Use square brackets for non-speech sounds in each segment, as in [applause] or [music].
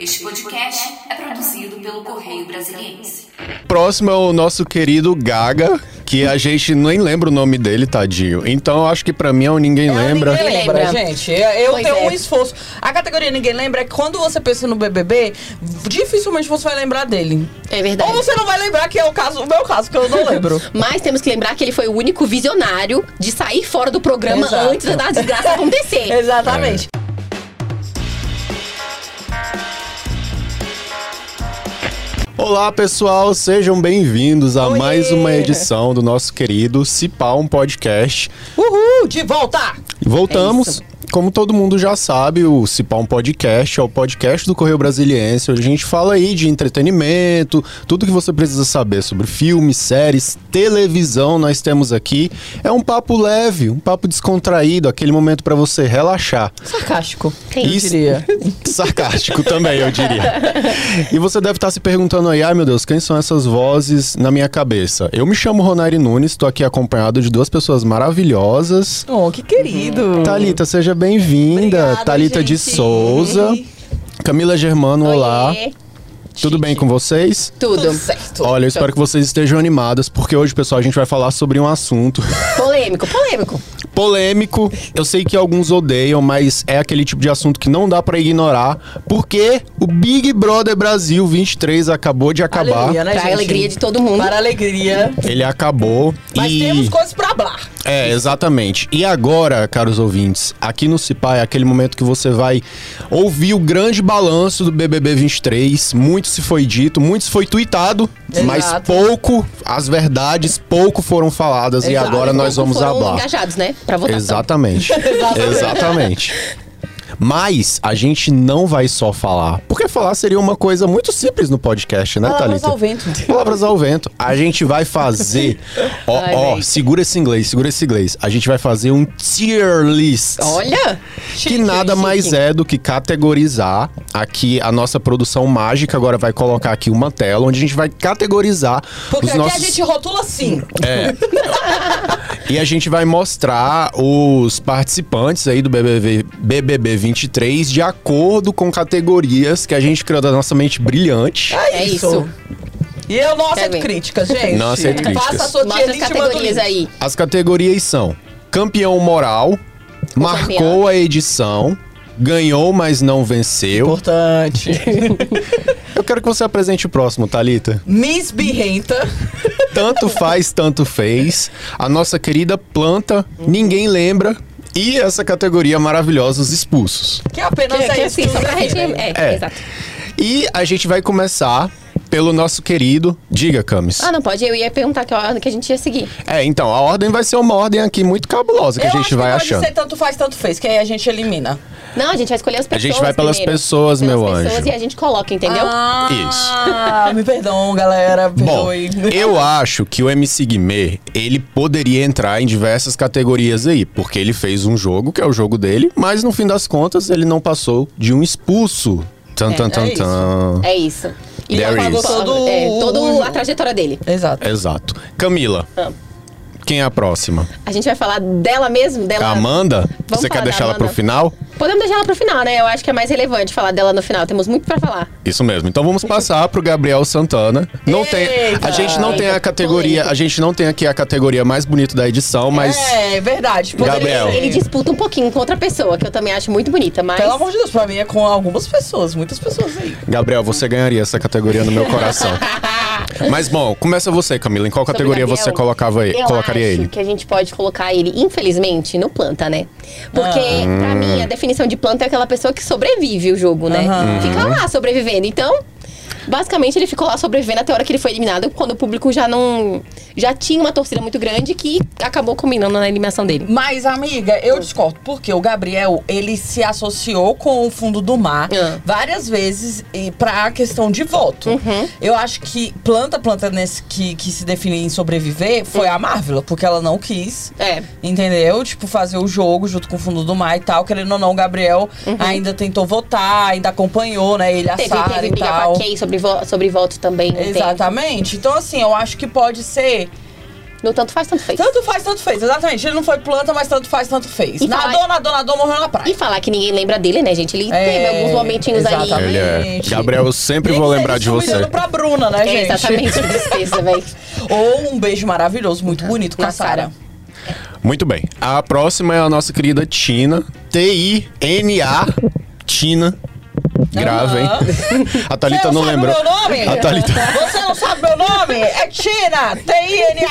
Este podcast é produzido pelo Correio Brasiliense. Próximo é o nosso querido Gaga, que a gente nem lembra o nome dele, tadinho. Então eu acho que pra mim é o Ninguém Lembra. Ninguém lembra, lembra. gente. Eu Pois tenho é. um esforço. A categoria Ninguém Lembra é que quando você pensa no BBB, dificilmente você vai lembrar dele. É verdade. Ou você não vai lembrar, que é o, caso, o meu caso, que eu não [laughs] lembro. Mas temos que lembrar que ele foi o único visionário de sair fora do programa Exato. antes da desgraça acontecer. Exatamente. É. Olá, pessoal, sejam bem-vindos a Oiê! mais uma edição do nosso querido Cipá, um podcast. Uhul, de volta! E Voltamos. Como todo mundo já sabe, o Cipá um Podcast é o podcast do Correio Brasiliense, onde a gente fala aí de entretenimento, tudo que você precisa saber sobre filmes, séries, televisão, nós temos aqui. É um papo leve, um papo descontraído, aquele momento pra você relaxar. Sarcástico. Sim. Eu diria. [laughs] Sarcástico também, eu diria. E você deve estar se perguntando aí, ai meu Deus, quem são essas vozes na minha cabeça? Eu me chamo Ronari Nunes, estou aqui acompanhado de duas pessoas maravilhosas. Oh, que Uhum. querido. Thalita, seja bem-vinda. Obrigada, Thalita de gente. Souza. Camila Germano, olá. Oiê. Tudo bem com vocês? Tudo. Tudo certo. Olha, eu espero que vocês estejam animadas, porque hoje, pessoal, a gente vai falar sobre um assunto Polêmico, polêmico. polêmico. Eu sei que alguns odeiam, mas é aquele tipo de assunto que não dá pra ignorar, porque o Big Brother Brasil 23 acabou de acabar. Aleluia, né, pra gente? alegria de todo mundo. Para a alegria. Ele acabou Mas e temos coisas pra falar. é exatamente. E agora, caros ouvintes, aqui no Cipá é aquele momento que você vai ouvir o grande balanço do BBB 23. Muito se foi dito, muito se foi tweetado, mas Exato. pouco as verdades pouco foram faladas e Exato. agora nós Pouco vamos foram hablar. engajados, né? Pra votação. Exatamente. Exatamente. Mas a gente não vai só falar. Porque falar seria uma coisa muito simples no podcast, né, Palavras Thalita? ao vento. Palavras ao vento. A gente vai [laughs] fazer. Ó, Ai, ó, gente. segura esse inglês, segura esse inglês. A gente vai fazer um tier list. Olha! Que nada mais é do que categorizar. Aqui a nossa produção mágica agora vai colocar aqui uma tela onde a gente vai categorizar Porque os aqui nossos a gente rotula assim. É. E a gente vai mostrar os participantes aí do BBB, BBB 23 de acordo com categorias que a gente criou da nossa mente brilhante. É isso. E eu não aceito ver? críticas, gente. Não aceito críticas. Faça a sua tier Mostra as list e manda o categorias link. aí. As categorias são campeão moral, marcou campeão. a edição, ganhou mas não venceu. Importante. Eu quero que você apresente o próximo, Thalita. Miss Birrenta. Tanto faz, tanto fez. A nossa querida planta, ninguém lembra. E essa categoria maravilhosa, os expulsos. Que apenas Que- que é isso. assim, só pra gente. É. é, exato. E a gente vai começar pelo nosso querido. Diga, Camis. Ah, não, pode. Eu ia perguntar que hora que a gente ia seguir. É, então, a ordem vai ser uma ordem aqui muito cabulosa que a gente vai pode achando. ser tanto faz, tanto fez, que aí a gente elimina. Não, a gente vai escolher as pessoas. gente vai pelas primeiro. pessoas, Pelas meu pessoas anjo. E a gente coloca, entendeu? Ah, [laughs] me perdoam, galera. Bom, Perdoe. eu acho que o MC Guimê, ele poderia entrar em diversas categorias aí, porque ele fez um jogo, que é o jogo dele, mas no fim das contas ele não passou de um expulso. Tan, tan, tan, isso. tan. É isso. E There apagou is. todo É, o- toda a trajetória dele. É, Exato. Exato. Camila, Ah. quem é a próxima? A gente vai falar dela mesmo, dela. A Amanda? Vamos Você quer falar da deixar ela pro Amanda. final? Podemos deixar ela pro final, né? Eu acho que é mais relevante falar dela no final. Temos muito pra falar. Isso mesmo. Então vamos passar pro Gabriel Santana. Não tem, a Eita! gente não tem a Eita, categoria, a gente não tem aqui a categoria mais bonita da edição, mas É, verdade. Poderia Gabriel. ser. Ele disputa um pouquinho com outra pessoa, que eu também acho muito bonita, mas. Pelo amor de Deus, pra mim é com algumas pessoas, muitas pessoas aí. Gabriel, você ganharia essa categoria no meu coração. [laughs] mas bom, começa você, Camila. Em qual Sobre categoria Gabriel, você colocava ele, eu colocaria acho ele? que a gente pode colocar ele, infelizmente, no planta, né? Porque, Ah. pra mim, a definição de planta é aquela pessoa que sobrevive o jogo, né? Aham. Uhum. Fica lá sobrevivendo. Então, basicamente, ele ficou lá sobrevivendo até a hora que ele foi eliminado, quando o público já não. Já tinha uma torcida muito grande que acabou combinando na eliminação dele. Mas, amiga, Hum. eu discordo, porque o Gabriel, ele se associou com o fundo do mar Ah. várias vezes e pra questão de voto. Uhum. Eu acho que planta, planta nesse que, que se define em sobreviver foi Hum. a Marvel, porque ela não quis. É. Entendeu? Tipo, fazer o jogo junto com o fundo do mar e tal. Querendo ou não, o Gabriel ainda tentou votar, ainda acompanhou, né? Ele, a Uhum. Teve, Sarah teve e briga tal. com a Kay sobre, vo- sobre voto também. não tem? Exatamente. Então, assim, eu acho que pode ser No tanto faz, tanto fez. Tanto faz, tanto fez. Exatamente. Ele não foi planta, mas tanto faz, tanto fez. E nadou, falar- nadou, nadou, morreu na E praia. falar que ninguém lembra dele, né, gente? Ele É, teve alguns momentinhos exatamente. ali. Ele é. Gente. Gabriel, eu sempre vou Nem que lembrar de seja você. humilhando pra Bruna, né, É, gente? exatamente, que [laughs] tristeza, velho. [laughs] Ou um beijo maravilhoso, muito bonito com Na a Sara. Muito bem. A próxima é a nossa querida Tina. T-I-N-A. Tina. Gravem. A Thalita não, Você não sabe lembrou. o meu nome? A Thalita. Você não sabe meu nome? É Tina,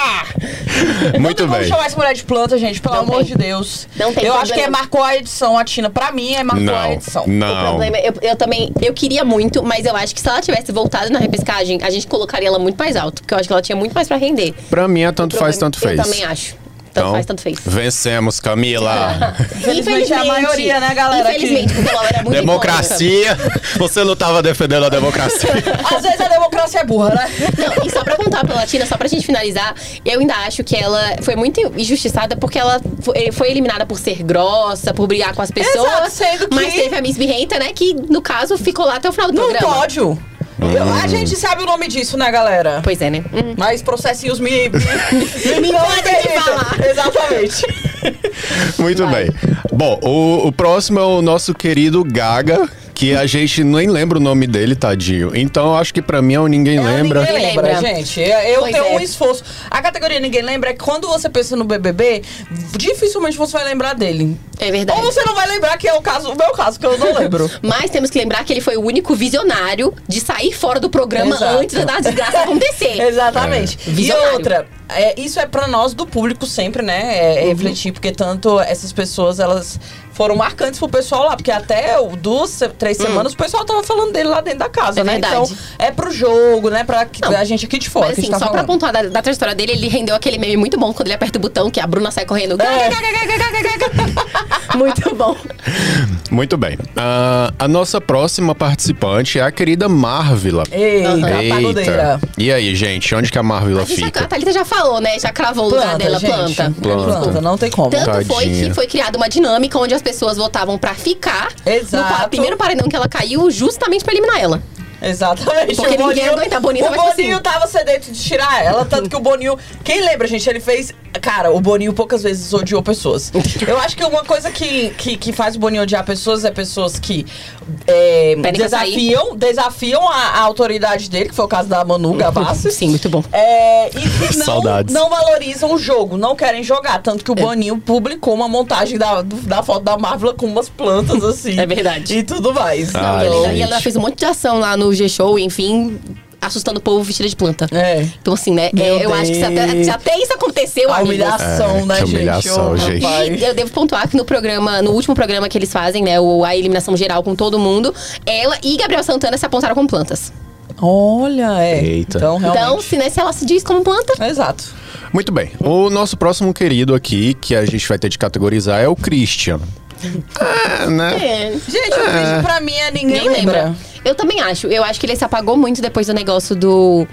T-I-N-A. Muito não Não bem. Então chamar essa mulher de planta, gente, pelo Não amor tem. de Deus. Não tem Eu acho problema. que é marcou a edição, a Tina. Pra mim, é marcou a Não. edição. O Não. problema é, eu, eu também, eu queria muito, mas eu acho que se ela tivesse voltado na repescagem, a gente colocaria ela muito mais alto, porque eu acho que ela tinha muito mais pra render. Pra mim é tanto faz, Problema- tanto fez. Eu também acho. Tanto Então, faz, tanto fez. Vencemos, [laughs] Camila. Infelizmente, é a maioria, né, galera, aqui. Infelizmente, porque ela era muito democracia. Você não tava defendendo a [laughs] democracia. Às vezes a democracia é burra, né? Não, e só pra contar pela Tina, só pra gente finalizar, eu ainda acho que ela foi muito injustiçada porque ela foi- foi eliminada por ser grossa, por brigar com as pessoas. Exato, sendo que- Mas teve a Miss Birrenta, né? Que no caso ficou lá até o final do No programa. pódio. Eu- Hum. a gente sabe o nome disso, né, galera? Pois é, né? Hum. Mas processinhos me. [laughs] Me, Me impedem de impedem. falar. Exatamente. Muito bem. Bom, o, o próximo é o nosso querido Gaga. Que a gente nem lembra o nome dele, tadinho. Então eu acho que pra mim é o Ninguém É, Lembra. Ninguém lembra, um Então Lembra. gente. Eu Pois tenho é. um esforço. A categoria Ninguém Lembra é que quando você pensa no BBB, dificilmente você vai lembrar dele. É verdade. Ou você não vai lembrar, que é o, caso, o meu caso, que eu não lembro. Mas temos que lembrar que ele foi o único visionário de sair fora do programa Exato. antes da [laughs] desgraça acontecer. Exatamente. E Visionário. outra, é, isso é pra nós do público sempre, né? Uhum. É, é refletir, porque tanto essas pessoas, elas foram marcantes pro pessoal lá, porque até o- duas, se- três semanas o pessoal tava falando dele lá dentro da casa. Uhum. É né? verdade. Então, é pro jogo, né? Pra que- Não. a gente aqui de fora. Mas que a assim, gente só tá pra falando. apontar da, da trajetória dele, ele rendeu aquele meme muito bom quando ele aperta o botão, que a Bruna sai correndo. É. muito bom. Muito bem. Ah, a nossa próxima participante é a querida Marvila. É, Uhum. Eita, pagodeira. E aí, gente, onde que a Marvila [laughs] A, gente já- fica? a Thalita já falou, né? Já cravou o lugar dela, gente. planta. Planta. planta. não tem como. Tanto foi Tadinha. que foi criada uma dinâmica onde as pessoas votavam pra ficar. Exato. No pa- primeiro paredão que ela caiu, justamente pra eliminar ela. Exatamente. Porque ninguém aguenta a Bonita, o mas, tipo assim- Boninho tava sedento de tirar ela, tanto que o Boninho... Quem lembra, gente? Ele fez... Cara, o Boninho poucas vezes odiou [laughs] pessoas. Eu acho que uma coisa que, que, que faz o Boninho odiar pessoas é pessoas que é, pra desafiam, desafiam a, a autoridade dele, que foi o caso da [laughs] Manu Gavassi. Sim, muito bom. É, e que não, Saudades. não valorizam o jogo, não querem jogar. Tanto É. que o Boninho publicou uma montagem da, do- da foto da Marvel com umas [laughs] plantas assim. É verdade. E tudo mais. Então, Ah, E ela- gente. e ela fez um monte de ação lá no G-Show, enfim, assustando o povo vestida de planta. É. Então, assim, né? Meu é, eu acho que se até, Deus. se até isso aconteceu, A amiga. humilhação, É, né, que gente? humilhação, Ô, gente. rapaz. E eu devo pontuar que no programa, no último programa que eles fazem, né? O, a eliminação geral com todo mundo, ela e Gabriel Santana se apontaram como plantas. Olha, é. Eita. Então, Então, realmente. se, né, se ela se diz como planta, Exato. Muito bem. O nosso próximo querido aqui, que a gente vai ter de categorizar, é o Christian. Ah, né? é. Gente, o vídeo pra mim é ninguém, Ninguém lembra. lembra. Eu também acho. Eu acho que ele se apagou muito depois do negócio do,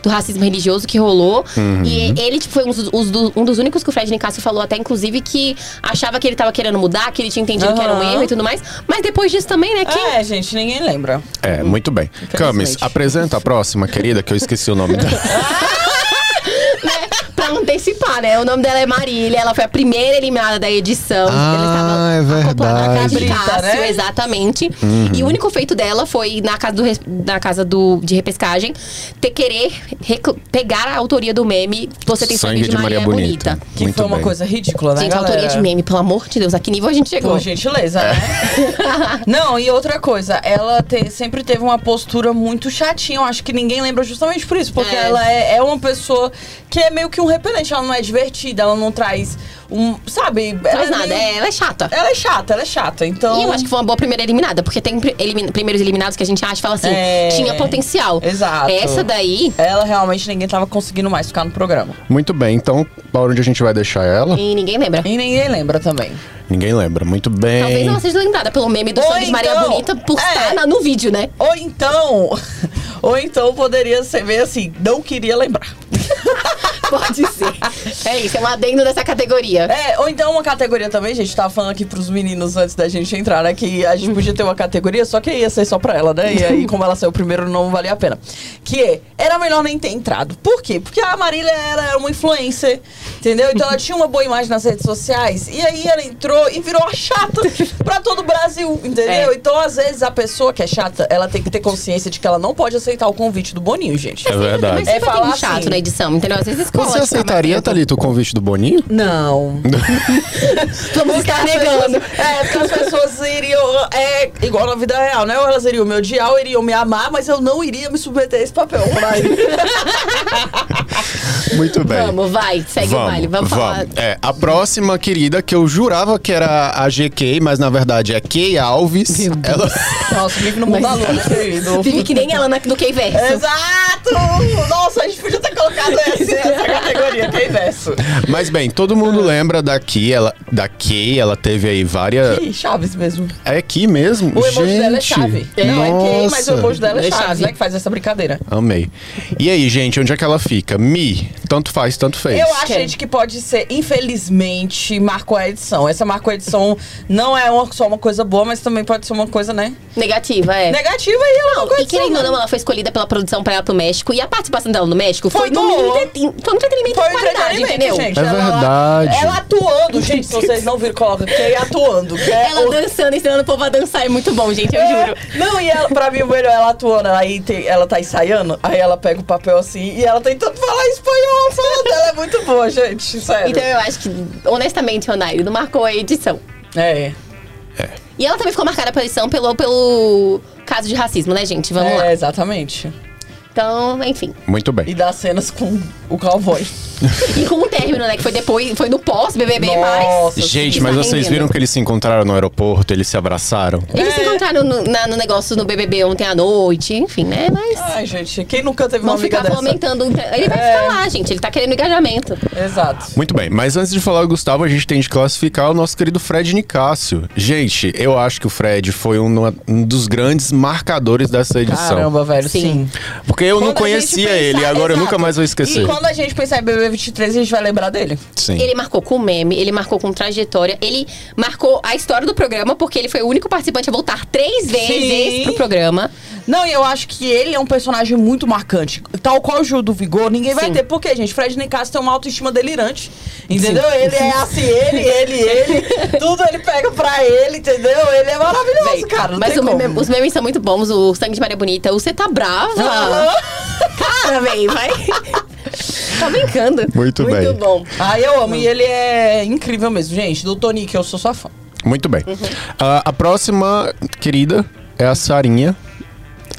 do racismo religioso que rolou. E ele tipo, foi um dos, os do- um dos únicos que o Fred Nicasso falou até, inclusive, que achava que ele tava querendo mudar, que ele tinha entendido que era um Aham. erro e tudo mais. Mas depois disso também, né? Quem É, gente, ninguém lembra. É, muito bem. Camis, apresenta a próxima, querida, que eu esqueci o nome dela. né? Pra antecipar, né? O nome dela é Marília, ela foi a primeira eliminada da edição. Ah, é estavam acopladas à casa de verdade. Cássio, Cabrita, né? Exatamente. E o único feito dela foi na casa, do, res- na casa do, de repescagem ter querer recl- pegar a autoria do meme [laughs] Você tem sangue, de Maria, Bonita. Que Muito foi uma bem. coisa ridícula, né, Gente, galera? autoria de meme, pelo amor de Deus, a que nível a gente chegou? Por gentileza, [laughs] né? Não, e outra coisa, ela te- sempre teve uma postura muito chatinha. Eu acho que ninguém lembra justamente por isso, porque É. ela é, é uma pessoa que é meio que um repelente. Ela não é divertida, ela não traz um. Sabe? ela Faz nada, nem- é, ela é chata. Ela é chata, ela é chata. Então. E eu acho que foi uma boa primeira eliminada, porque tem pri- elimin- primeiros eliminados que a gente acha e fala assim, É. tinha potencial. Exato. Essa daí, Ela realmente ninguém tava conseguindo mais ficar no programa. Muito bem, então, para onde a gente vai deixar ela? e ninguém lembra. E ninguém lembra também. Ninguém lembra. Muito Talvez bem. ela seja lembrada pelo meme do É. Ou sangue de Maria então, Bonita por é. estar na- no [laughs] vídeo, né? Ou então. Ou então poderia ser meio assim, não queria lembrar. Pode ser. É isso, é um adendo dessa categoria. É, ou então uma categoria também, gente, tava falando aqui pros meninos antes da gente entrar, né? Que a gente podia ter uma categoria, só que ia ser só pra ela, né? E aí, como ela saiu primeiro, não valia a pena. Que é, era melhor nem ter entrado. Por quê? Porque a Marília era uma influencer, entendeu? Então ela tinha uma boa imagem nas redes sociais. E aí ela entrou e virou a chata pra todo o Brasil, entendeu? É. Então, às vezes, a pessoa que é chata, ela tem que ter consciência de que ela não pode aceitar o convite do Boninho, gente. É verdade. Mas sempre É tem falar um chato assim. na edição, entendeu? Às vezes cola, Você tipo, aceitaria, ah, Thalita, o convite do Boninho? Não. [laughs] Vamos Porque estar as negando. pessoas- é, porque as pessoas iriam. É igual na vida real, né? Ou elas iriam me odiar, ou iriam me amar, mas eu não iria me submeter a esse papel. [laughs] Mas... Muito bem. É. Vamos, vai, segue o baile. Vamos, falar. É, a próxima querida, que eu jurava que era a GK, mas na verdade é Kay Alves. Ela... [laughs] Nossa, vive no mundo da lua, né, querido? Vive que nem ela na- do K-Verso. Exato! Nossa, a gente podia ter colocado essa, essa categoria, que é inverso. Mas bem, todo mundo É. lembra da Kay, ela, da Kay, ela teve aí várias. Ih, Chaves mesmo. É Key mesmo? O emoji gente, dela é chave. Não é quem, mas o nossa. emoji dela é É Chaves, chave. né? Que faz essa brincadeira. Amei. E aí, gente, onde é que ela fica? Mi, tanto faz, tanto fez. Eu acho, Quero. gente, que pode ser, infelizmente, marcou a edição. Essa marcou a edição não é uma- só uma coisa boa, mas também pode ser uma coisa, né? Negativa, é. Negativa e ela marcou a E edição. querendo ou né? não, é ela foi escolhida pela produção pra ela pro México. E a participação dela no México Foi foi, no boa. entreten- foi um entretenimento Foi de qualidade, entretenimento, entendeu? gente. É ela, verdade. Ela atuando, gente, se vocês não viram, coloca que é atuando. Que é Ela o- dançando, ensinando o povo a dançar é muito bom, gente, eu É. juro. Não, e ela, pra mim, o melhor, ela atuando, aí tem- ela tá ensaiando, aí ela pega o papel assim e ela tentando falar espanhol, falando, ela é muito boa, gente, sério. Então eu acho que, honestamente, Ronaldo, não marcou a edição. É, E ela também ficou marcada pela edição pelo, pelo caso de racismo, né, gente? Vamos é, lá. exatamente. Então, enfim. Muito bem. E dá cenas com o cowboy. E com o término, né? Que foi depois, foi no pós-BBB, Nossa, mas... Gente, Isso mas tá vocês rendendo. viram que eles se encontraram no aeroporto, eles se abraçaram? Eles É. se encontraram no, na- no negócio no BBB ontem à noite, enfim, né? Mas Ai, gente, quem nunca teve Ah, uma É. vão amiga ficar dessa? fomentando. Ele vai ficar lá, gente. Ele tá querendo engajamento. Exato. Muito bem, mas antes de falar do Gustavo, a gente tem de classificar o nosso querido Fred Nicásio. Gente, eu acho que o Fred foi um, no- um dos grandes marcadores dessa edição. Caramba, velho, Sim. sim. Porque eu não Quando a gente conhecia pensar- ele, agora eu Exato. nunca mais vou esquecer. E quando a gente pensar em BB23, a gente vai lembrar dele. Sim. Ele marcou com meme, ele marcou com trajetória, ele marcou a história do programa, porque ele foi o único participante a voltar três vezes pro programa. Não, e eu acho que ele é um personagem muito marcante. Tal qual o Gil do Vigor, ninguém vai Sim. ter. Por quê, gente? Fred Nicasso tem uma autoestima delirante. Entendeu? Ele é assim, ele, ele, ele. Tudo ele pega pra ele, entendeu? Ele é maravilhoso, Véi, cara. Não mas tem o meme- é, como. os memes são muito bons, o Sangue de Maria Bonita, o Você Tá Ah. Brava. Cara, véi, vai. tá brincando. Muito bem. Muito bom. Ah, eu amo. E ele é incrível mesmo, gente. Do Tonique, eu sou sua fã. Muito bem. Uhum. Ah, a próxima, querida, é a Sarinha.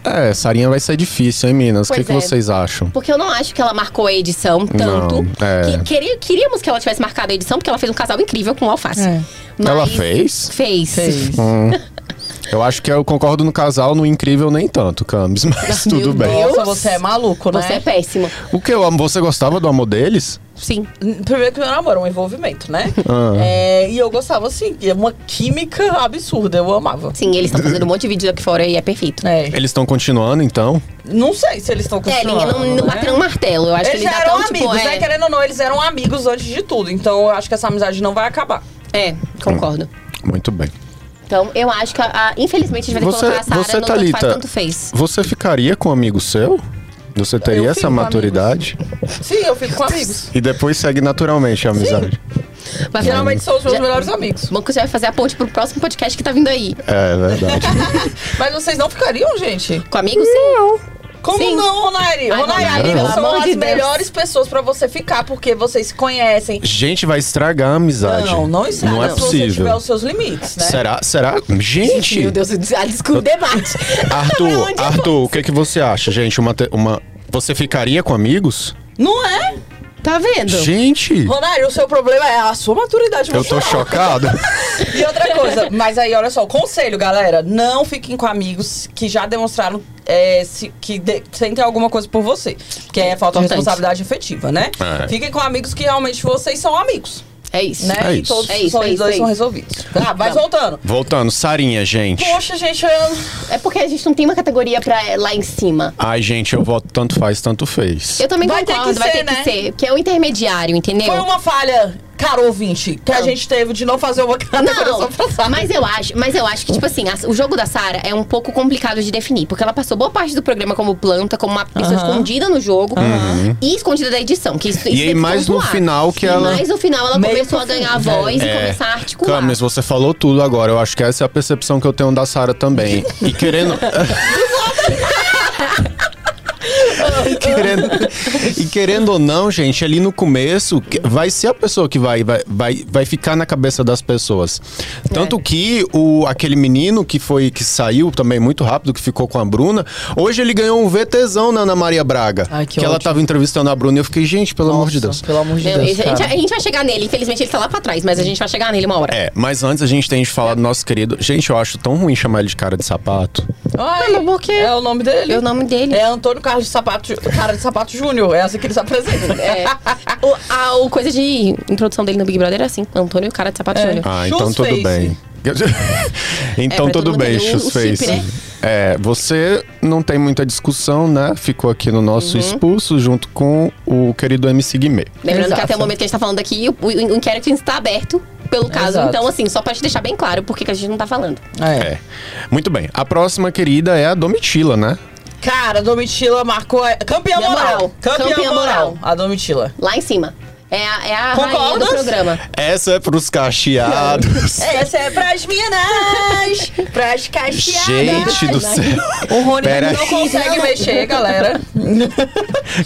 É, Sarinha vai ser difícil, hein, Minas? O que, Pois que é. vocês acham? Porque eu não acho que ela marcou a edição tanto. Não, é. que queria- queríamos que ela tivesse marcado a edição, porque ela fez um casal incrível com o Alface. É. Mas- Ela fez? Fez. Eu acho que eu concordo no casal, no incrível nem tanto, Camis, [laughs] mas Meu tudo bem. Deus. Nossa, você é maluco, né? Você é péssimo. O que eu amo, você gostava do amor deles? Sim. Primeiro que meu namoro, é um envolvimento, né? Ah. É, e eu gostava, assim, é uma química absurda, eu amava. Sim, eles estão fazendo um monte de vídeo aqui fora e é perfeito. É. Eles estão continuando, então? Não sei se eles estão É, continuando. ninguém não, não né? bateram um martelo. Eu acho Eles que já eles já eram estão, amigos, tipo, né? é, Querendo ou não, eles eram amigos antes de tudo. Então eu acho que essa amizade não vai acabar. é, concordo. Muito bem. Então, eu acho que, a- a- infelizmente, a gente vai ter que Você, colocar a Sarah você no tanto Thalita, faz, tanto fez. você ficaria com um amigo seu? Você teria Eu essa fico com maturidade? Sim, eu fico com amigos. E depois segue naturalmente a amizade. Vai falar- Geralmente são os meus Assim, Já- melhores amigos. Bom, que você vai fazer a ponte pro próximo podcast que tá vindo aí. É verdade. Mas vocês não ficariam, gente? Com amigos? Sim. Como Sim. não, Ronari? Ronari, Ai, Ronari, amigos pelo são amor as de Deus. melhores pessoas pra você ficar, porque vocês se conhecem. [laughs] Gente, vai estragar a amizade. Não, não estraga Não é se você tiver possível. os seus limites, né? Será? Será? Gente! Meu Deus, a desculpa, o debate. Arthur, Onde eu Arthur, o que, que você acha, gente? Uma, te- uma... Você ficaria com amigos? Não é? Tá vendo? Gente! Ronari, o seu problema é a sua maturidade. Eu tô emocional. [laughs] chocado. E outra coisa, mas aí olha só, o conselho, galera, não fiquem com amigos que já demonstraram é, se- que de- sentem alguma coisa por você. Que é falta de Importante. responsabilidade afetiva, né? É. Fiquem com amigos que realmente vocês são amigos. É isso. né? É e isso. todos É isso, só é os isso, dois é são isso. resolvidos. Ah, mas voltando. Voltando, Sarinha, gente. Poxa, gente, eu... É porque a gente não tem uma categoria pra eh, lá em cima. Ai, gente, eu voto tanto faz, tanto fez. Eu também Vai ter concordo, que vai ser, ter que né? ser. Porque é um intermediário, entendeu? foi uma falha, caro ouvinte, que a Não. gente teve de não fazer uma [laughs] Não, categorização passada. mas eu acho, mas eu acho que, tipo assim, a- o jogo da Sarah é um pouco complicado de definir, porque ela passou boa parte do programa como planta, como uma pessoa Aham. escondida no jogo e escondida da edição. Que isso, isso E tem aí, que mais no pontuar. final que E ela. mais no final ela Meio começou pro a ganhar fim, voz e É. começar a articular. Camis, você falou tudo agora. Eu acho que essa é a percepção que eu tenho da Sara também. E querendo. [laughs] [laughs] E querendo, e querendo ou não, gente, ali no começo que- vai ser a pessoa que vai vai, vai, vai ficar na cabeça das pessoas. Tanto É. que o aquele menino que foi que saiu também muito rápido, que ficou com a Bruna, hoje ele ganhou um VTzão na Ana Maria Braga, Ai, que ela ótimo. tava entrevistando a Bruna e eu fiquei, gente, pelo amor de Nossa, Deus. Pelo amor de Meu, a, Deus. gente, cara. a gente vai chegar nele, infelizmente ele tá lá pra trás, mas a gente vai chegar nele uma hora. É, mas antes a gente tem de falar do nosso querido. Gente, eu acho tão ruim chamar ele de cara de sapato. Ai, Não, mas por quê? É o nome dele. É o nome dele. É Antônio Carlos de Sapato, cara de sapato Júnior. É assim que ele se apresenta. É. O, a, o coisa de introdução dele no Big Brother era assim: Antônio, cara de sapato É. júnior. Ah, Shoes então tudo face. [laughs] bem. É, então pra todo tudo mundo bem, ali, o- Chus o chip, fez. né? É, você não tem muita discussão, né? Ficou aqui no nosso Uhum. expulso junto com o querido MC Guimê. Lembrando que Exato. até o momento que a gente tá falando aqui, o, o inquérito está aberto pelo caso. Exato. Então, assim, só pra te deixar bem claro por que que a gente não tá falando. É. É. Muito bem. A próxima querida é a Domitila, né? Cara, a Domitila marcou. a- Campeã Minha moral. moral. Campeã, Campeã moral. moral. A Domitila. Lá em cima. É a, é a rainha do Concordas? programa. Essa é pros [laughs] cacheados. Essa é pras [laughs] minas! pras cacheadas! Gente do céu. O Rony Pera não aí. consegue mexer, galera.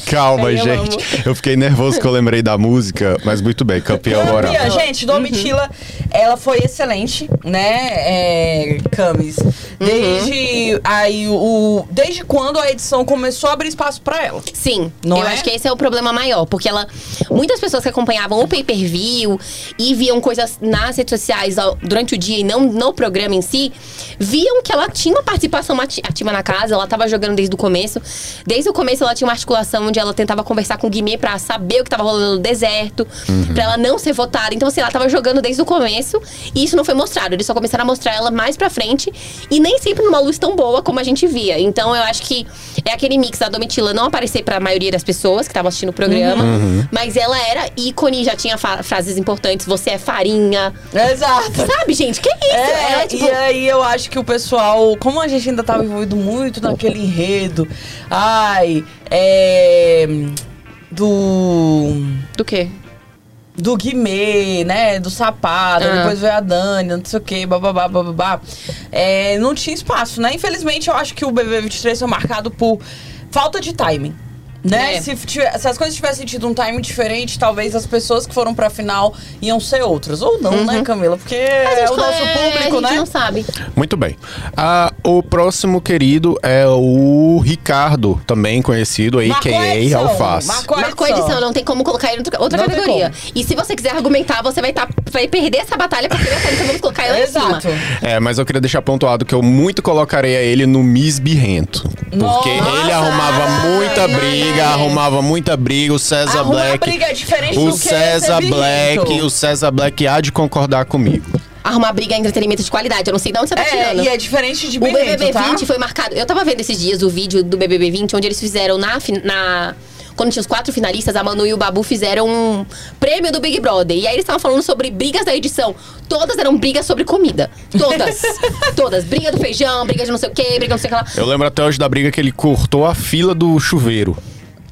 Calma, Eu gente. Eu fiquei nervoso que eu lembrei da música, mas muito bem, campeão moral. Campeã, gente, Domitila, ela foi excelente, né, é, Camis? Desde aí o desde quando a edição começou a abrir espaço pra ela. Sim, Não eu é? acho que esse é o problema maior, porque ela. Muitas pessoas que acompanhavam o pay-per-view e viam coisas nas redes sociais ao- durante o dia e não no programa em si, viam que ela tinha uma participação mati- ativa na casa, ela tava jogando desde o começo. Desde o começo ela tinha uma articulação onde ela tentava conversar com o Guimê pra saber o que tava rolando no deserto, pra ela não ser votada. Então, assim, ela tava jogando desde o começo e isso não foi mostrado. Eles só começaram a mostrar ela mais pra frente e nem sempre numa luz tão boa como a gente via. Então, eu acho que é aquele mix da Domitila não aparecer pra maioria das pessoas que estavam assistindo o programa, mas ela era ícone, já tinha fa- frases importantes: você é farinha. Ah, Exato. Sabe, gente? Que isso? É, Ela, tipo, e aí eu acho que o pessoal, como a gente ainda tava envolvido muito naquele enredo, ai, é. Do. Do quê? do Guimê, né? Do Sapada, Ah. depois veio a Dani, não sei o que, bababá, bababá. É, não tinha espaço, né? Infelizmente, eu acho que o BB23 foi marcado por falta de timing. Né? É. Se, tive- se as coisas tivessem tido um timing diferente, talvez as pessoas que foram pra final iam ser outras. Ou Uhum. não, né, Camila? Porque é o nosso Tipo, a público, gente né? não sabe. Muito bem. Ah, o próximo querido é o Ricardo, também conhecido, Marcou a a.k.a. edição, Alface. marcou a Marcou a edição, não tem como colocar em outra, outra é Não tem categoria. E se você quiser argumentar, você vai, tá, vai perder essa batalha porque nessa lista vamos colocar ela em Exato. cima. É, mas eu queria deixar pontuado que eu muito colocaria ele no Miss Birrento. Porque Nossa! ele arrumava muita Ai, briga, ai. arrumava muita briga, o César Arrumar Black. briga é diferente do O que César ser birrento. Black, o César Black há de concordar comigo. Arrumar briga é entretenimento de qualidade. Eu não sei de onde você tá É, tirando. e é diferente de O BBB birrento, tá? 20 foi marcado. Eu tava vendo esses dias o vídeo do BBB 20, onde eles fizeram na. fin- na quando tinha os quatro finalistas, a Manu e o Babu fizeram um prêmio do Big Brother. E aí eles estavam falando sobre brigas da edição. Todas eram brigas sobre comida. [laughs] Todas. Todas. Briga do feijão, briga de não sei o quê, briga não sei o que lá. Eu lembro até hoje da briga que ele cortou a fila do chuveiro.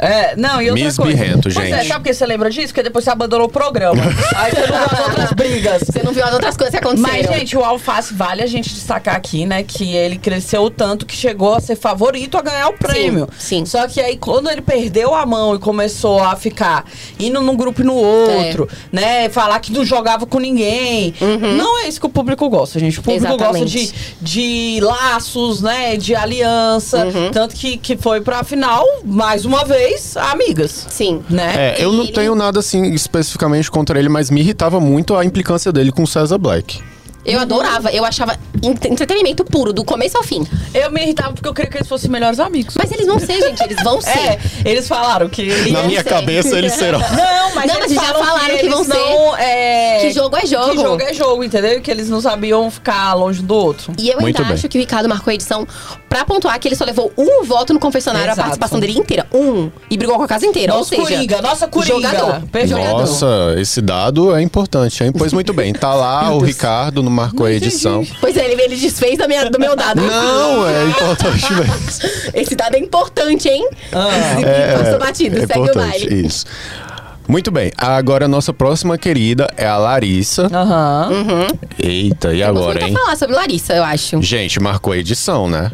É, não, e outra Miss coisa. Birrento, Pois gente. É, sabe por que você lembra disso? Porque depois você abandonou [laughs] o programa. Aí você não viu as outras brigas. Você não viu as outras coisas que Mas, aconteceram. gente, o Alface vale a gente destacar aqui, né? Que ele cresceu tanto que chegou a ser favorito a ganhar o prêmio. sim. Só que aí, quando ele perdeu a mão e começou a ficar indo num grupo e no outro, É. né? Falar que não jogava com ninguém. Não é isso que o público gosta, gente. O público gosta de, Uhum. Exatamente. de laços, né? De aliança. Uhum. Tanto que, que foi pra final, mais uma vez, amigas. Sim. Né? É, eu não Ele- tenho nada assim especificamente contra ele, mas me irritava muito a implicância dele com o César Black. Eu adorava, eu achava ent- entretenimento puro, do começo ao fim. Eu me irritava porque eu queria que eles fossem melhores amigos. Mas eles assim. vão ser, gente, eles vão ser. É, eles falaram que. Na eu minha sei. cabeça eles [laughs] serão. Não, mas Não, eles mas já falam falaram que eles vão ser. não, é, Que jogo é jogo. Que jogo é jogo, entendeu? Que eles não sabiam ficar longe um do outro. E eu Muito ainda bem. acho que o Ricardo marcou a edição pra pontuar que ele só levou um voto no confessionário Exato. a participação dele inteira. Um. E brigou com a casa inteira. Nosso ou seja, Coringa, nossa Coringa. Jogador. Perfeito. Nossa, esse dado é importante, hein? Pois muito bem, tá lá o Ricardo, não marcou a edição. Pois é, ele, ele desfez da minha- do meu dado. Não, é importante mesmo. [laughs] Esse dado é importante, hein? Ah. Esse É, passou batido, é segue o importante, baile. Isso. Muito bem, agora a nossa próxima querida é a Larissa. Aham. Uhum. Eita, e Vamos agora, nunca hein? falar sobre Larissa, eu acho. Gente, marcou a edição, [laughs] né?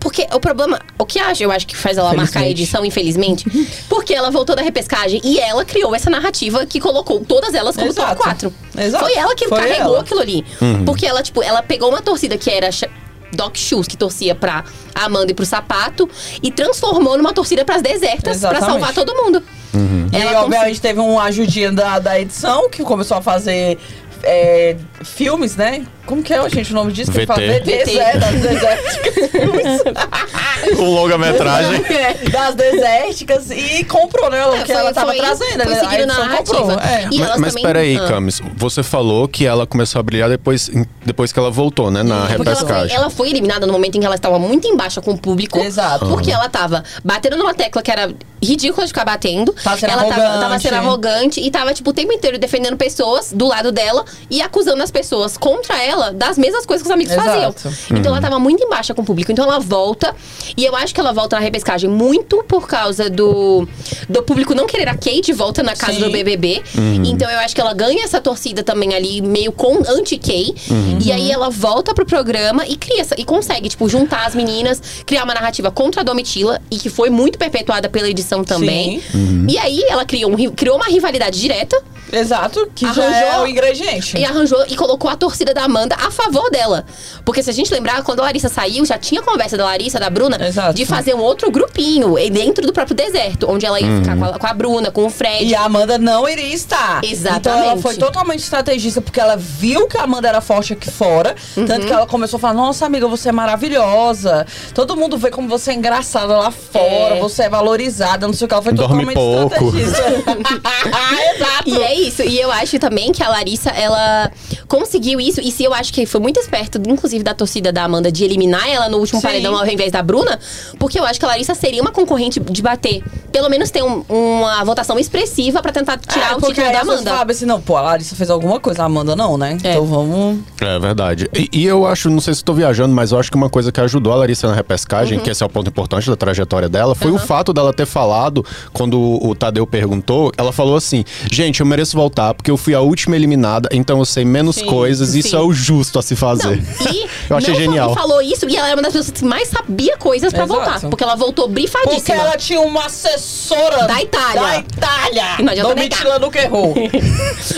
Porque o problema, o que acho, eu acho que faz ela marcar a Felizmente. edição, infelizmente, [laughs] porque ela voltou da repescagem e ela criou essa narrativa que colocou todas elas como Exato. top 4. Exato. Foi ela que Foi carregou ela. aquilo ali. Porque ela, tipo, ela pegou uma torcida que era cha- Doc Shoes, que torcia pra Amanda e pro Sapato, e transformou numa torcida pras desertas pra Exatamente. salvar todo mundo. e Ela conseguiu. obviamente teve um ajudinha da, da edição que começou a fazer é, filmes, né? Como que é, gente, o nome disso? Que VT. fala? VTs, é, [laughs] das desérticas. Com Um longa-metragem. [laughs] das desérticas. E comprou, né? O É, que ela tava trazendo. foi né? seguindo a na edição narrativa. comprou. É. E Mas, elas mas também- peraí, Ah. Camis, você falou que ela começou a brilhar depois, depois que ela voltou, né? Na Porque ela foi, repescagem. ela foi eliminada no momento em que ela estava muito em baixa com o público. Exato. Porque ela tava batendo numa tecla que era ridícula de ficar batendo. Tava sendo ela tava, tava arrogante. sendo arrogante e tava, tipo, o tempo inteiro defendendo pessoas do lado dela e acusando as pessoas contra ela das mesmas coisas que os amigos Exato. faziam. Então ela tava muito em baixa com o público. Então ela volta. E eu acho que ela volta na repescagem muito por causa do, do público não querer a Kate de volta na casa Sim. do BBB. BBB. Então eu acho que ela ganha essa torcida também ali, meio com anti-Kay. E aí ela volta pro programa e cria essa- e consegue, tipo, juntar as meninas, criar uma narrativa contra a Domitila e que foi muito perpetuada pela edição também. E aí ela criou, um ri- criou uma rivalidade direta Exato, que já Arranjou- é o ingrediente. e arranjou e colocou a torcida da Amanda a favor dela. Porque se a gente lembrar, quando a Larissa saiu, já tinha conversa da Larissa, da Bruna, Exato. de fazer um outro grupinho eh, dentro do próprio deserto, onde ela ia ficar com a, com a Bruna, com o Fred. [laughs] E a Amanda não iria estar. Então ela Exatamente. foi totalmente estrategista, porque ela viu que a Amanda era forte aqui fora. Uhum. Tanto que ela começou a falar: Nossa, amiga, você é maravilhosa. Todo mundo vê como você é engraçada lá fora, É. você é valorizada, não sei o que. Ela foi Dorme totalmente pouco. estrategista. Ah, Exato. E é isso. E eu acho também que a Larissa, ela conseguiu isso. E se eu acho que foi muito esperto, inclusive da torcida da Amanda, de eliminar ela no último Sim. paredão ao invés da Bruna, porque eu acho que a Larissa seria uma concorrente de bater. Pelo menos ter um- uma votação expressiva pra tentar [laughs] É, tirar o porque título aí da vocês Amanda. Sabem assim, não, pô, a Larissa fez alguma coisa, a Amanda não, né? É. Então vamos. É verdade. E, e eu acho, não sei se estou viajando, mas eu acho que uma coisa que ajudou a Larissa na repescagem, Uhum. que esse é o ponto importante da trajetória dela, foi o fato dela ter falado, quando o o Tadeu perguntou, ela falou assim: gente, eu mereço voltar porque eu fui a última eliminada, então eu sei menos Sim, coisas, isso sim. é o justo a se fazer. E [laughs] eu achei não falou- genial. falou isso e ela era uma das pessoas que mais sabia coisas pra Exato. voltar. Porque ela voltou brifadíssima. Porque ela tinha uma assessora Da Itália. Da Itália. E não adianta Domitila nunca [laughs] errou.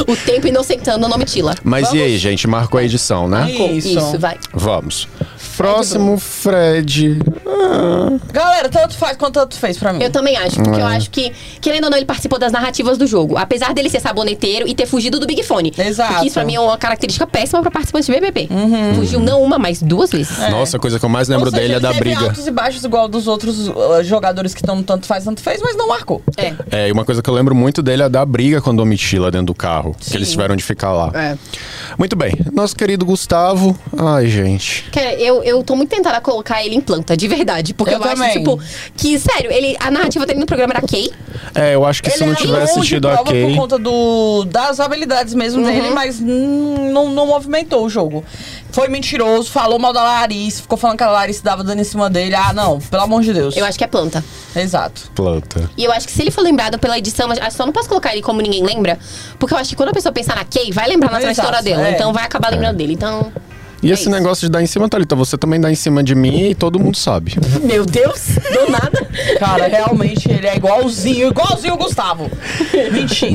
O tempo inocentando o nome Tila. Mas e aí, gente, marcou a edição, né? Ih. Isso. isso vai. Vamos. Próximo, Fred. Galera, tanto faz quanto tanto fez pra mim. Eu também acho, porque É. eu acho que, querendo ou não, ele participou das narrativas do jogo. Apesar dele ser saboneteiro e ter fugido do Big Fone. Exato. Uhum. O que Isso pra mim é uma característica péssima pra participante de BBB. Fugiu não uma, mas duas vezes. É. Nossa, a coisa que eu mais lembro Ou seja, dele é ele da teve briga. altos e baixos igual dos outros uh, jogadores que estão no tanto faz, tanto fez, mas não marcou. É. É, e uma coisa que eu lembro muito dele é da briga com a Domitila dentro do carro. Que eles tiveram de ficar lá. É. Muito bem. Nosso querido Gustavo. Ai, gente. Cara, eu, eu tô muito tentada a colocar ele em planta, de verdade. Porque eu, Eu também. acho, tipo, que, sério, ele, a narrativa dele no programa era Kay. É, eu acho que se não era tivesse Uhum. longe de tido a prova Kay. por conta do, das habilidades mesmo dele, mas hum, não, não movimentou o jogo. Foi mentiroso, falou mal da Larissa, ficou falando que a Larissa dava dando em cima dele. Ah, não, pelo amor de Deus. Eu acho que é planta. Exato. Planta. E eu acho que se ele for lembrado pela edição, eu só não posso colocar ele como ninguém lembra. Porque eu acho que quando a pessoa pensar na Kay, vai lembrar na Exato, trajetória dela. é. Então vai acabar lembrando dele. Então. E esse isso. negócio de dar em cima, Thalita, você também dá em cima de mim e todo mundo sabe. Meu Deus, do nada. Cara, realmente ele é igualzinho, igualzinho o [laughs] Gustavo. Mentindo.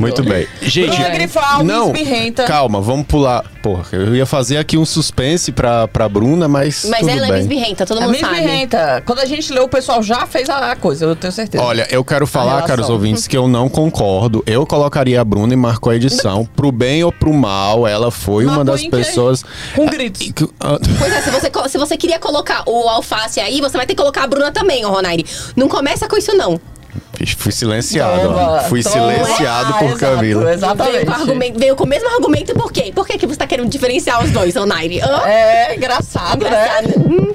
[laughs] Muito bem. Gente, Bruna Grifal, Miss não, Birrenta. calma, vamos pular. Porra, eu ia fazer aqui um suspense pra, pra Bruna, mas. [laughs] Mas tudo ela é bem. Miss Birrenta, todo A mundo Miss sabe. Birrenta, quando a gente leu, o pessoal já fez a coisa, eu tenho certeza. Olha, eu quero falar, relação. caros ouvintes, que eu não concordo. Eu colocaria a Bruna e marcou a edição. Pro bem ou pro mal, ela foi Marcou uma das em quê? pessoas. Com gritos. E que- ah, Pois é, se você, co- se você queria colocar o alface aí, você vai ter que colocar a Bruna também, ô Ronaire. Não começa com isso, não. Vixe, Fui silenciado, ó. Toma, Fui toma. silenciado Ah, por exato, Camila. Veio Exatamente. com, argumento- veio com o mesmo argumento, por quê? Por que, que você tá querendo diferenciar os dois, Ronaire? Hã? É engraçado, Engraçado. né? Hum.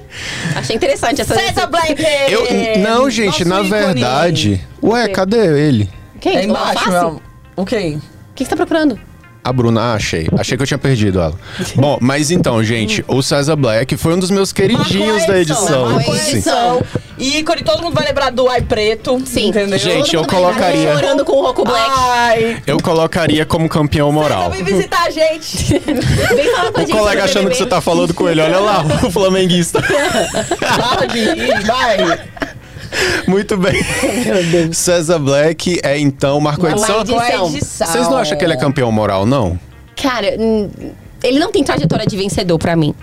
Achei interessante essa. César Blank! Eu, não, gente, É, Nosso na ícone. verdade. Ué, cadê ele? Quem? É O embaixo, alface? meu. O quê? O que que você tá procurando? A Bruna, ah, achei. Achei que eu tinha perdido ela. Bom, mas então, gente, o César Black foi um dos meus queridinhos Marcou da a edição. marcou a Sim. edição. Edição. Ícone, todo mundo vai lembrar do Ai Preto. Sim. Entendeu? Ah, Gente, Todo eu mundo vai ficar colocaria- Chorando com o Roco Black. Ai. Eu colocaria como campeão moral. Vem visitar a [laughs] gente. Vem falar com a O gente colega sobre achando que BBB. você tá falando com ele, olha lá, o flamenguista. Para de ir, vai. Muito bem. César Black é então, marcou a Marcou edição. a edição. Vocês não acham que ele é campeão moral, não? Cara, hum, ele não tem trajetória de vencedor pra mim.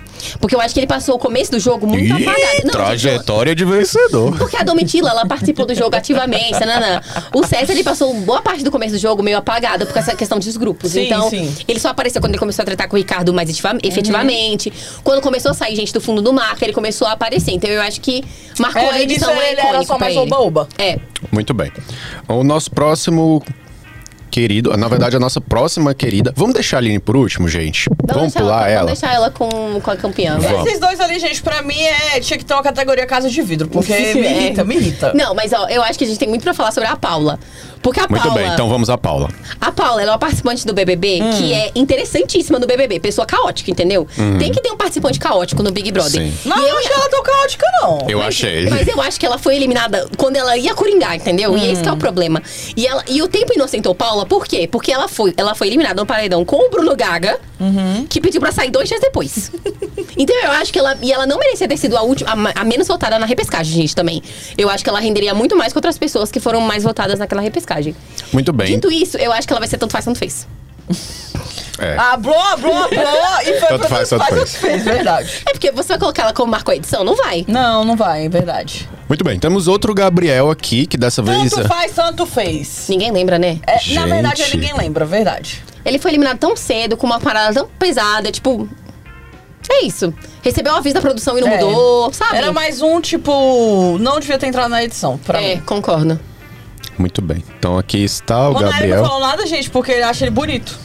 Porque eu acho que ele passou o começo do jogo muito Ih, apagado. Não, gente, trajetória de vencedor. porque a Domitila, ela participou do jogo ativamente, nananã. O César, ele passou boa parte do começo do jogo meio apagado por essa questão dos grupos. Sim, então, sim. Uhum. ele só apareceu quando ele começou a tratar com o Ricardo mais efetiva- efetivamente. Quando começou a sair gente do fundo do mar, que ele começou a aparecer. Então, eu acho que marcou É, a ele edição disse, é ele era icônico só pra mais ele. oba-oba. É. Muito bem. O nosso próximo querido, na verdade a nossa próxima querida, vamos deixar a Aline por último, gente? Vamos, deixar pular ela? Vamos deixar ela com, com a É, campeã. Vamos. Esses dois ali, gente, pra mim é. Tinha que ter uma categoria casa de vidro, porque me [laughs] É. irrita, me irrita. Não, mas ó, eu acho que a gente tem muito pra falar sobre a Paula. Porque a Muito Paula. bem, então vamos à Paula. A Paula, ela é uma participante do BBB Hum. que é interessantíssima no BBB. Pessoa caótica, entendeu? Tem que ter um participante caótico no Big Brother. Uhum. Sim. Não, eu não achei ela é tão caótica, não. Eu achei. Mas é eu acho que ela foi eliminada quando ela ia coringar, entendeu? E esse que é o problema. E, ela, e o tempo inocentou Paula, por quê? Porque ela foi, ela foi eliminada no paredão com o Bruno Gaga, que pediu pra sair dois dias depois. [laughs] então eu acho que ela. E ela não merecia ter sido a última, a, ma- a menos votada na repescagem, gente, também. Eu acho que ela renderia muito mais que outras pessoas que foram mais votadas naquela repescagem. [laughs] Muito bem. Dito isso, eu acho que ela vai ser tanto faz, tanto fez. É. Ablou, ablou, ablou e foi Tanto pro faz, faz, tanto faz, faz. faz. fez, verdade. É porque você vai colocar ela como marcou a edição? Não vai. Não, não vai, é verdade. Muito bem, temos outro Gabriel aqui, que dessa vez... é Tanto faz, tanto fez. Ninguém lembra, né? É, Gente. na verdade, ninguém lembra, verdade. Ele foi eliminado tão cedo, com uma parada tão pesada, tipo. É isso. Recebeu o aviso da produção e não É. mudou, sabe? Era mais um, tipo, não devia ter entrado na edição, pra É, mim. concordo. Muito bem, então aqui está o O Nari não Gabriel. falou nada, gente, porque ele acha ele bonito.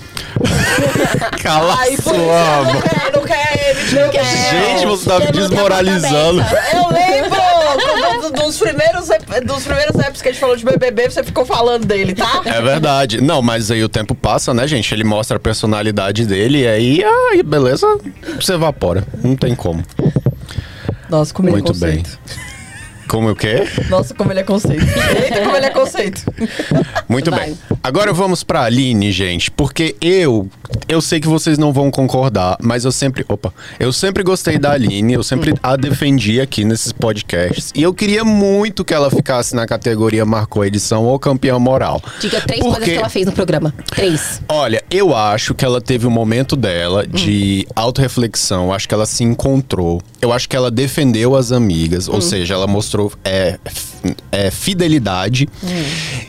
Cala Aí, por isso, sua é. não boca. quer, não quer ele, não quer. Gente, você tá me Quer manter a porta desmoralizando. aberta. Eu lembro do- do- dos primeiros, ep- dos primeiros apps que a gente falou de BBB, você ficou falando dele, tá? É verdade. Não, mas aí o tempo passa, né, gente? Ele mostra a personalidade dele e aí, ai, beleza, você evapora. Não tem como. Nossa, como é Muito bem. Como o quê? Nossa, como ele é conceito. Eita, como ele é conceito. Muito Vai. bem. Agora vamos pra Aline, gente, porque eu eu sei que vocês não vão concordar, mas eu sempre, opa, eu sempre gostei da Aline, eu sempre a defendi aqui nesses podcasts e eu queria muito que ela ficasse na categoria marcou a edição ou campeã moral. Diga três Por coisas que quê? ela fez no programa. Três. Olha, eu acho que ela teve um momento dela de autorreflexão. Eu Acho que ela se encontrou. Eu acho que ela defendeu as amigas. Ou seja, ela mostrou é, f- é, fidelidade.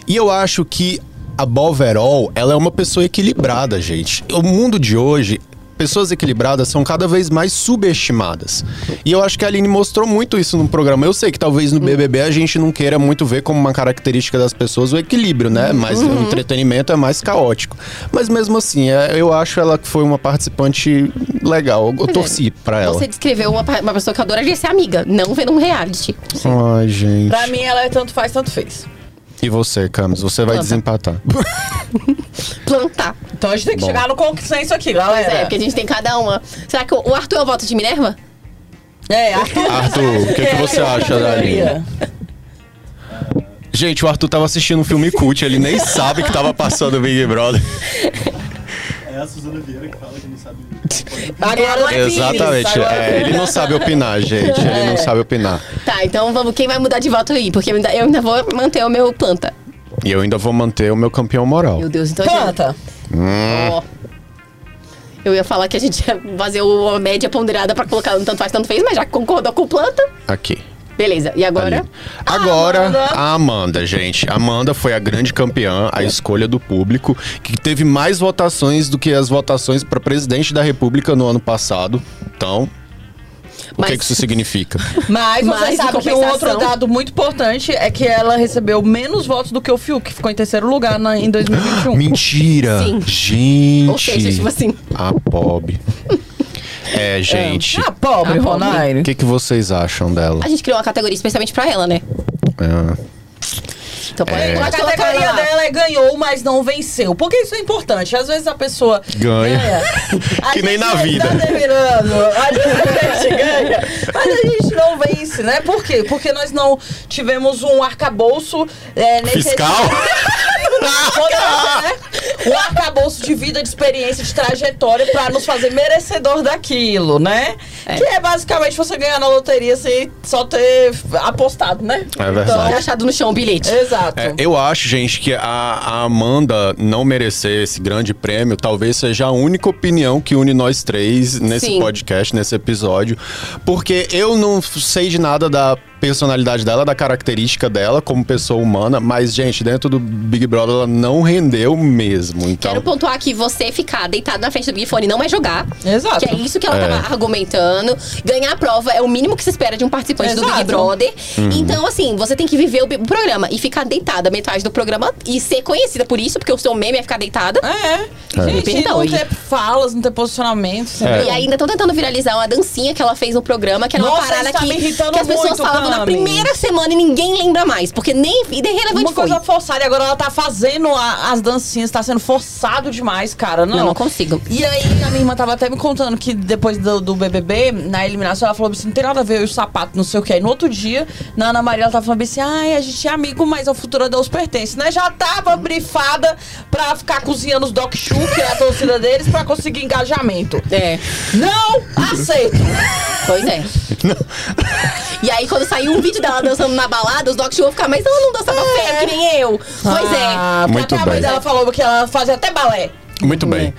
E eu acho que a Boverol, ela é uma pessoa equilibrada, gente. O mundo de hoje. Pessoas equilibradas são cada vez mais subestimadas. E eu acho que a Aline mostrou muito isso no programa. Eu sei que talvez no BBB a gente não queira muito ver como uma característica das pessoas o equilíbrio, né? Mas Uhum. o entretenimento é mais caótico. Mas mesmo assim, é- eu acho ela que foi uma participante legal. é. Eu torci pra ela. Você descreveu uma, pa- uma pessoa que adoraria ser amiga, não vendo um reality. Ai, gente. Pra mim, ela é tanto faz, tanto fez. E você, Camis? Você vai tá. Planta. [laughs] desempatar. Plantar. Então a gente tem que Bom. chegar no consenso aqui, Pois galera. é, porque a gente tem cada uma. Será que o o Arthur é o voto de Minerva? É, Arthur. Arthur, o que, que você acha da Aline? Gente, o Arthur tava assistindo um filme cult, ele nem sabe que tava passando o Big Brother. É a Suzana Vieira que fala que não sabe. Agora é Exatamente. É, ele não sabe opinar, gente. Ele não sabe opinar. Tá, então vamos. Quem vai mudar de voto aí? Porque eu ainda, eu ainda vou manter o meu planta. E eu ainda vou manter o meu campeão moral. Meu Deus, então. a gente- Planta. Hum. Ó. Eu ia falar que a gente ia fazer uma média ponderada pra colocar no tanto faz, tanto fez, mas já que concordou com o planta. Aqui. Beleza, e agora? Ali. Agora, a Amanda, gente. A Amanda foi a grande campeã, a escolha do público, que teve mais votações do que as votações para presidente da República no ano passado. Então, o que é Mas- que isso significa? Mas você Mas, em sabe que um compensação- outro dado muito importante é que ela recebeu menos votos do que o Fiuk, que ficou em terceiro lugar na- em 2021. Mentira! Sim. Gente! Ou seja, tipo assim. A pobre. É, gente. Ah, pobre, Ah, pobre. O Ronaire. que, que vocês acham dela? A gente criou uma categoria especialmente pra ela, né? Ah, Então pode, É. A pode colocar categoria ela lá. dela é ganhou, mas não venceu. Porque isso é importante. Às vezes a pessoa é, Ganha. [laughs] A Que nem gente na vida. Tá delirando. [laughs] Às vezes a gente ganha, mas a gente não vence, né? Por quê? Porque nós não tivemos um arcabouço é, [laughs] Fiscal? Ah! Poderosa, né? O arcabouço de vida, de experiência, de trajetória pra nos fazer merecedor daquilo, né? Que é basicamente você ganhar na loteria sem só ter apostado, né? É verdade. Ter achado no chão o bilhete. Então, exato. É, eu acho, gente, que a, a Amanda não merecer esse grande prêmio talvez seja a única opinião que une nós três nesse Sim. podcast, nesse episódio. Porque eu não sei de nada da personalidade dela, da característica dela como pessoa humana, mas, gente, dentro do Big Brother ela não rendeu mesmo. Então. Quero pontuar que você ficar deitado na frente do Big Fone e não vai jogar. Exato. Que é isso que ela É. tava argumentando. Ganhar a prova é o mínimo que se espera de um participante do Big Exato. Brother. Uhum. Então, assim, você tem que viver o, bi- o programa e ficar deitada metade do programa e ser conhecida por isso, porque o seu meme é ficar deitada. É. É. Gente, Perdão, não ter falas, não ter posicionamento, entendeu? E ainda estão tentando viralizar uma dancinha que ela fez no programa, que era uma Nossa, parada isso tá que, me irritando que as pessoas muito, falavam na Cami. primeira semana e ninguém lembra mais, porque nem e de relevante Uma foi. coisa forçada, e agora ela tá fazendo a- as dancinhas, tá sendo forçado demais, cara. Não, Eu não consigo. E aí, a minha irmã tava até me contando que depois do, do BBB, na eliminação, ela falou assim: não tem nada a ver eu e o sapato, não sei o que. Aí no outro dia, na Ana Maria, ela tava falando assim: ai, a gente é amigo, mas ao futuro a Deus pertence, né? Já tava brifada pra ficar cozinhando os Doc Shoe, que é a torcida deles, pra conseguir engajamento. É, Não aceito! pois [laughs] é. e aí, quando saiu um vídeo dela dançando na balada, os doc show vão ficar, mas ela não dançava feio que nem eu. Pois é. É. Ah, porque Muito até a mãe bem. dela falou que ela fazia até balé. Muito bem.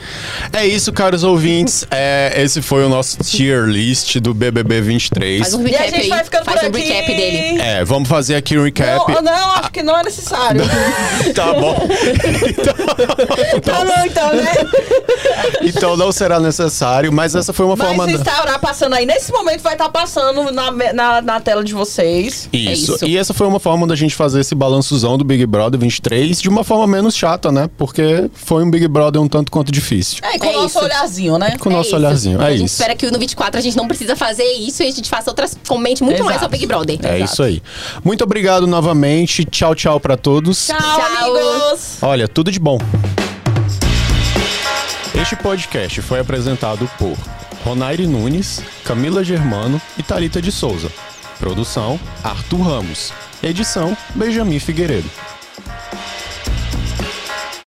É isso, caros [laughs] ouvintes. É, esse foi o nosso tier list do BBB 23. Faz um E a recap gente aí. vai ficando Faz por um aqui. recap dele. É, vamos fazer aqui o Não, recap. não, acho que não é necessário. [laughs] Tá bom. tá bom, [laughs] então, né? Então não será necessário, mas essa foi uma forma. Mas estará passando aí. Nesse momento vai estar passando na, na, na tela de vocês. Isso. É isso. E essa foi uma forma da gente fazer esse balançozão do Big Brother 23 de uma forma menos chata, né? Porque foi um Big Brother um tanto quanto difícil. É, com É o nosso isso. olharzinho, né? Com o nosso isso. olharzinho. a É gente isso. espera que no 24 a gente não precisa fazer isso e a gente faça outras. Comente muito mais Exato. ao Big Brother. É isso aí. Muito obrigado novamente. Tchau, tchau pra todos. Tchau, Tchau. amigos! Olha, tudo de bom. Este podcast foi apresentado por Ronaire Nunes, Camila Germano e Thalita de Souza. Produção, Arthur Ramos. Edição, Benjamin Figueiredo.